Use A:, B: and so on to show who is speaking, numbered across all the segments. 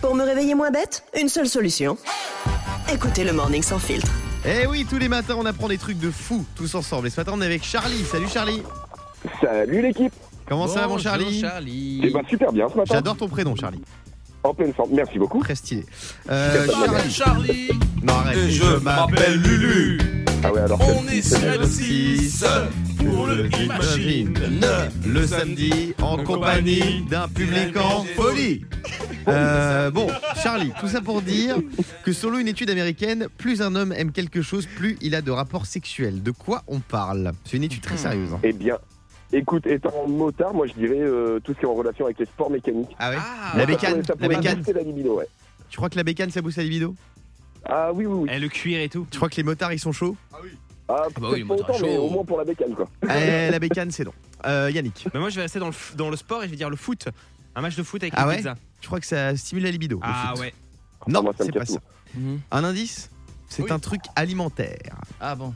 A: Pour me réveiller moins bête, une seule solution. Écoutez le morning sans filtre.
B: Eh oui, tous les matins, on apprend des trucs de fous tous ensemble. Et ce matin, on est avec Charlie. Salut Charlie.
C: Salut l'équipe
B: Comment ça va, mon
D: Bonjour,
B: Charlie
D: Charlie.
C: Eh ben super bien ce matin,
B: J'adore ton prénom, Charlie.
C: en pleine forme, merci beaucoup.
B: Très stylé. Euh,
C: C'est pas
B: Charlie. Eh,
C: mal.
D: Charlie,
B: Non, arrête.
E: Et je m'appelle Lulu,
C: Ah ouais alors
E: on est
C: celle-ci,
E: sur le 6
C: celle-ci.
E: pour le Imagine
B: Le samedi, en
E: en
B: compagnie
E: compagnie
B: d'un public
E: d'un
B: en
E: des-
B: folie. Euh, bon, Charlie, tout ça pour dire que selon une étude américaine, plus un homme aime quelque chose, plus il a de rapports sexuels. De quoi on parle C'est une étude très sérieuse. hein.
C: Eh bien, écoute, étant motard, moi je dirais euh, tout ce qui est en relation avec les sports mécaniques.
B: Ah ouais
D: Ah,
B: La
C: Moi, ça
B: bécane,
C: pourrait- ça
B: la
C: pourrait
B: bécane.
C: booster la libido, ouais.
B: Tu crois que la bécane, ça booste la libido
C: Ah oui, oui, oui.
F: Eh,
D: et le cuir et tout.
B: Tu crois que les motards, ils sont chauds
C: Ah,
D: bah
C: peut-être
D: oui,
C: pas
D: motard
C: autant, mais
D: chaud.
C: au moins pour la bécane quoi.
B: Eh, La bécane, c'est non. Euh, Yannick,
D: Bah, moi, je vais rester dans le, f- dans le sport et je vais dire le foot. Un match de foot avec
B: Ah
D: une
B: ouais
D: pizza.
B: tu crois que ça stimule la libido le
D: Ah
B: foot
D: ouais.
B: Non,
C: Moi, ça me
B: c'est pas
C: casse
B: ça.
C: tout.
F: Mhm.
B: Un indice C'est
F: Oui.
B: un truc alimentaire.
F: Ah bon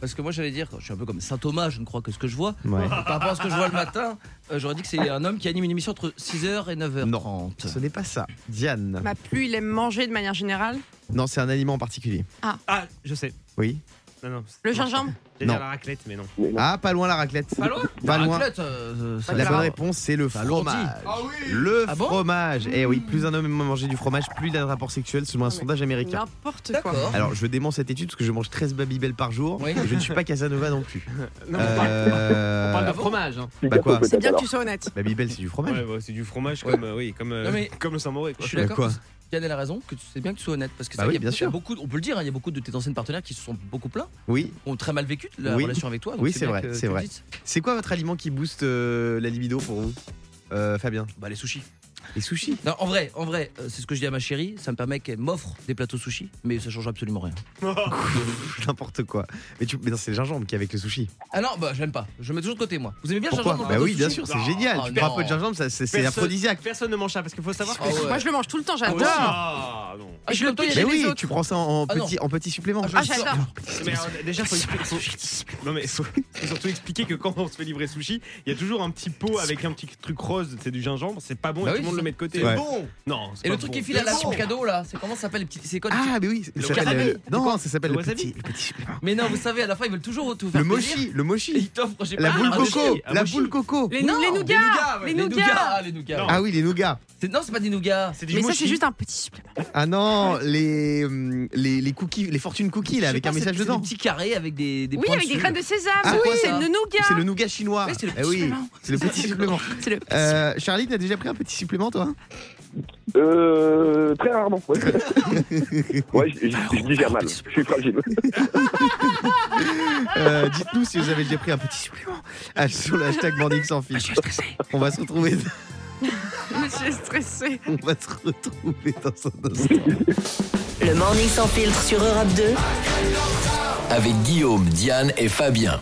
F: Parce que moi j'allais dire, je suis un peu comme Saint Thomas, je ne crois que ce que je vois.
B: Ouais.
F: Par rapport à ce que je vois le matin, euh, j'aurais dit que c'est un homme qui anime une émission entre 6h et 9h30.
B: Ce n'est pas ça. Diane.
G: Bah, plus il aime manger de manière générale.
B: Non, c'est un aliment en particulier.
D: Ah, je sais.
B: Oui.
D: Non, non.
G: Le gingembre
D: J'ai
B: Non.
D: la raclette, mais non.
C: Mais non.
B: Ah, pas loin la raclette.
F: Pas loin
B: Pas
F: La
B: loin.
F: raclette, euh, euh, ça
B: La
F: va.
B: bonne réponse, c'est le
F: Ça alourdit.
B: fromage.
E: Ah oui
B: Le
F: Ah bon
B: fromage. Eh oui, plus un homme aime manger du fromage, plus il a de rapport sexuel selon un
G: Non, Ah, mais-
B: sondage américain.
G: N'importe quoi.
F: D'accord.
B: Alors, je dément cette étude parce que je mange 13 Babybel par jour.
F: Oui.
B: Et je ne suis pas Casanova non plus.
D: Non, mais on parle- on
F: Ah
D: parle
B: Euh,
D: de fromage. hein.
C: Picasso,
B: bah quoi,
C: peut-être,
G: C'est bien que
C: alors.
G: tu sois honnête.
B: Babybel, c'est du fromage.
D: Ouais, bah, c'est du fromage
F: Ouais.
D: comme, euh, oui, comme, euh,
F: Non, mais-
D: comme le Saint-Mauré.
F: Je
D: quoi.
F: suis
B: Bah
F: d'accord.
B: quoi
F: Yann elle a raison, que c'est bien que tu sois honnête. Parce que c'est
B: Bah
F: vrai
B: oui,
F: qu'il y
B: bien
F: a- il y a
B: sûr.
F: beaucoup, on peut le dire, hein, il y a beaucoup de tes anciennes partenaires qui se sont beaucoup plaints,
B: Oui.
F: qui ont très mal vécu la
B: Oui.
F: relation avec toi. donc
B: Oui, c'est
F: bien
B: vrai,
F: que
B: c'est
F: tu le
B: vrai.
F: dises.
B: C'est quoi votre aliment qui booste euh, la libido pour vous Euh, Fabien
F: Bah, les sushis.
B: Les sushis.
F: Non, en vrai, en vrai, euh, c'est ce que je dis à ma chérie, ça me permet qu'elle m'offre des plateaux sushis, mais ça change absolument rien.
D: Oh,
B: N'importe quoi. Mais, tu... mais non, c'est le gingembre qui est avec le sushi.
F: Ah non, bah je l'aime pas. Je le mets toujours de côté moi. Vous aimez bien
B: Pourquoi
F: le gingembre dans
B: Bah
F: le
B: oui,
F: plateau
B: bien sûr,
F: sushi
B: c'est
D: Non.
B: génial.
F: Oh
B: tu prends un
F: non.
B: peu de gingembre, ça, c'est c'est
D: Personne-
B: aphrodisiaque.
D: Personne ne mange ça parce qu'il faut savoir que.
F: Ah ouais.
G: Moi, je le mange tout le temps, j'adore.
D: Ah non.
F: Ah, je suis comme toi, il y a
B: Mais
F: les
B: oui,
F: autres.
B: tu prends ça en, en
F: Ah non.
B: petit, en petit supplément.
F: Ah, je
G: Ah,
F: le sors.
G: j'adore.
D: Mais euh, déjà, faut, expli- faut- non, mais faut- faut surtout expliquer que quand on se fait livrer sushi, il y a toujours un petit pot avec un petit truc rose, c'est du gingembre, c'est pas bon
F: Bah oui,
D: et tout le monde
F: c'est-
D: le met de côté.
B: c'est Ouais.
D: bon Non, c'est
F: Et
D: pas
F: le truc
D: bon.
F: qui file à la
D: C'est bon.
F: cadeau là, c'est comment ça s'appelle les petits. C'est quoi les petits-
B: Ah, mais oui, ça
D: Le
B: s'appelle
D: wasabi.
B: le- Non, ça s'appelle
D: Le
B: le
D: wasabi.
B: petit, le petit supplément.
F: Mais non, vous savez, à la fin ils veulent toujours tout faire.
B: Ah. Le
F: plaisir.
B: mochi, le
F: Et ils
B: mochi.
F: t'offrent, j'ai
B: La
F: pas-
B: boule
F: Ah,
B: coco,
D: mochi, un
B: la
D: mochi.
B: boule coco.
G: Les,
F: Non,
G: les nougats.
F: ouais,
G: les
F: Les
G: nougats.
F: nougats Ah, les nougats
D: Non.
F: ouais.
B: Ah oui, les nougats.
F: C'est- Non, c'est pas des nougats
D: C'est du
G: Mais ça,
D: mochi.
G: c'est juste un petit supplément.
B: Ah non, les, hum, les, les cookies, les fortunes cookies
F: Je sais
B: là, avec
F: pas,
B: un
F: c'est-
B: message
F: c'est
B: dedans.
F: Des petits carrés avec des. des
G: Oui,
F: points
G: avec des
F: dessus.
G: graines de sésame.
B: Ah
F: oui,
G: c'est
F: ça.
G: le
B: C'est le
G: nougat.
B: nougat chinois.
F: Oui, c'est le petit
B: Eh oui,
F: supplément.
B: c'est le petit supplément.
G: C'est le.
B: Euh, Charlie, t'as déjà pris un petit supplément toi
C: Euh, très rarement. Ouais, ouais je- je je digère mal, je suis fragile.
B: Euh, Dites-nous si vous avez déjà pris un petit supplément Ah, sur le hashtag Morning sans fil. On va se retrouver,
G: Je suis stressée.
B: on va se retrouver dans un instant.
A: Le morning sans filtre sur Europe 2.
H: Avec Guillaume, Diane et Fabien.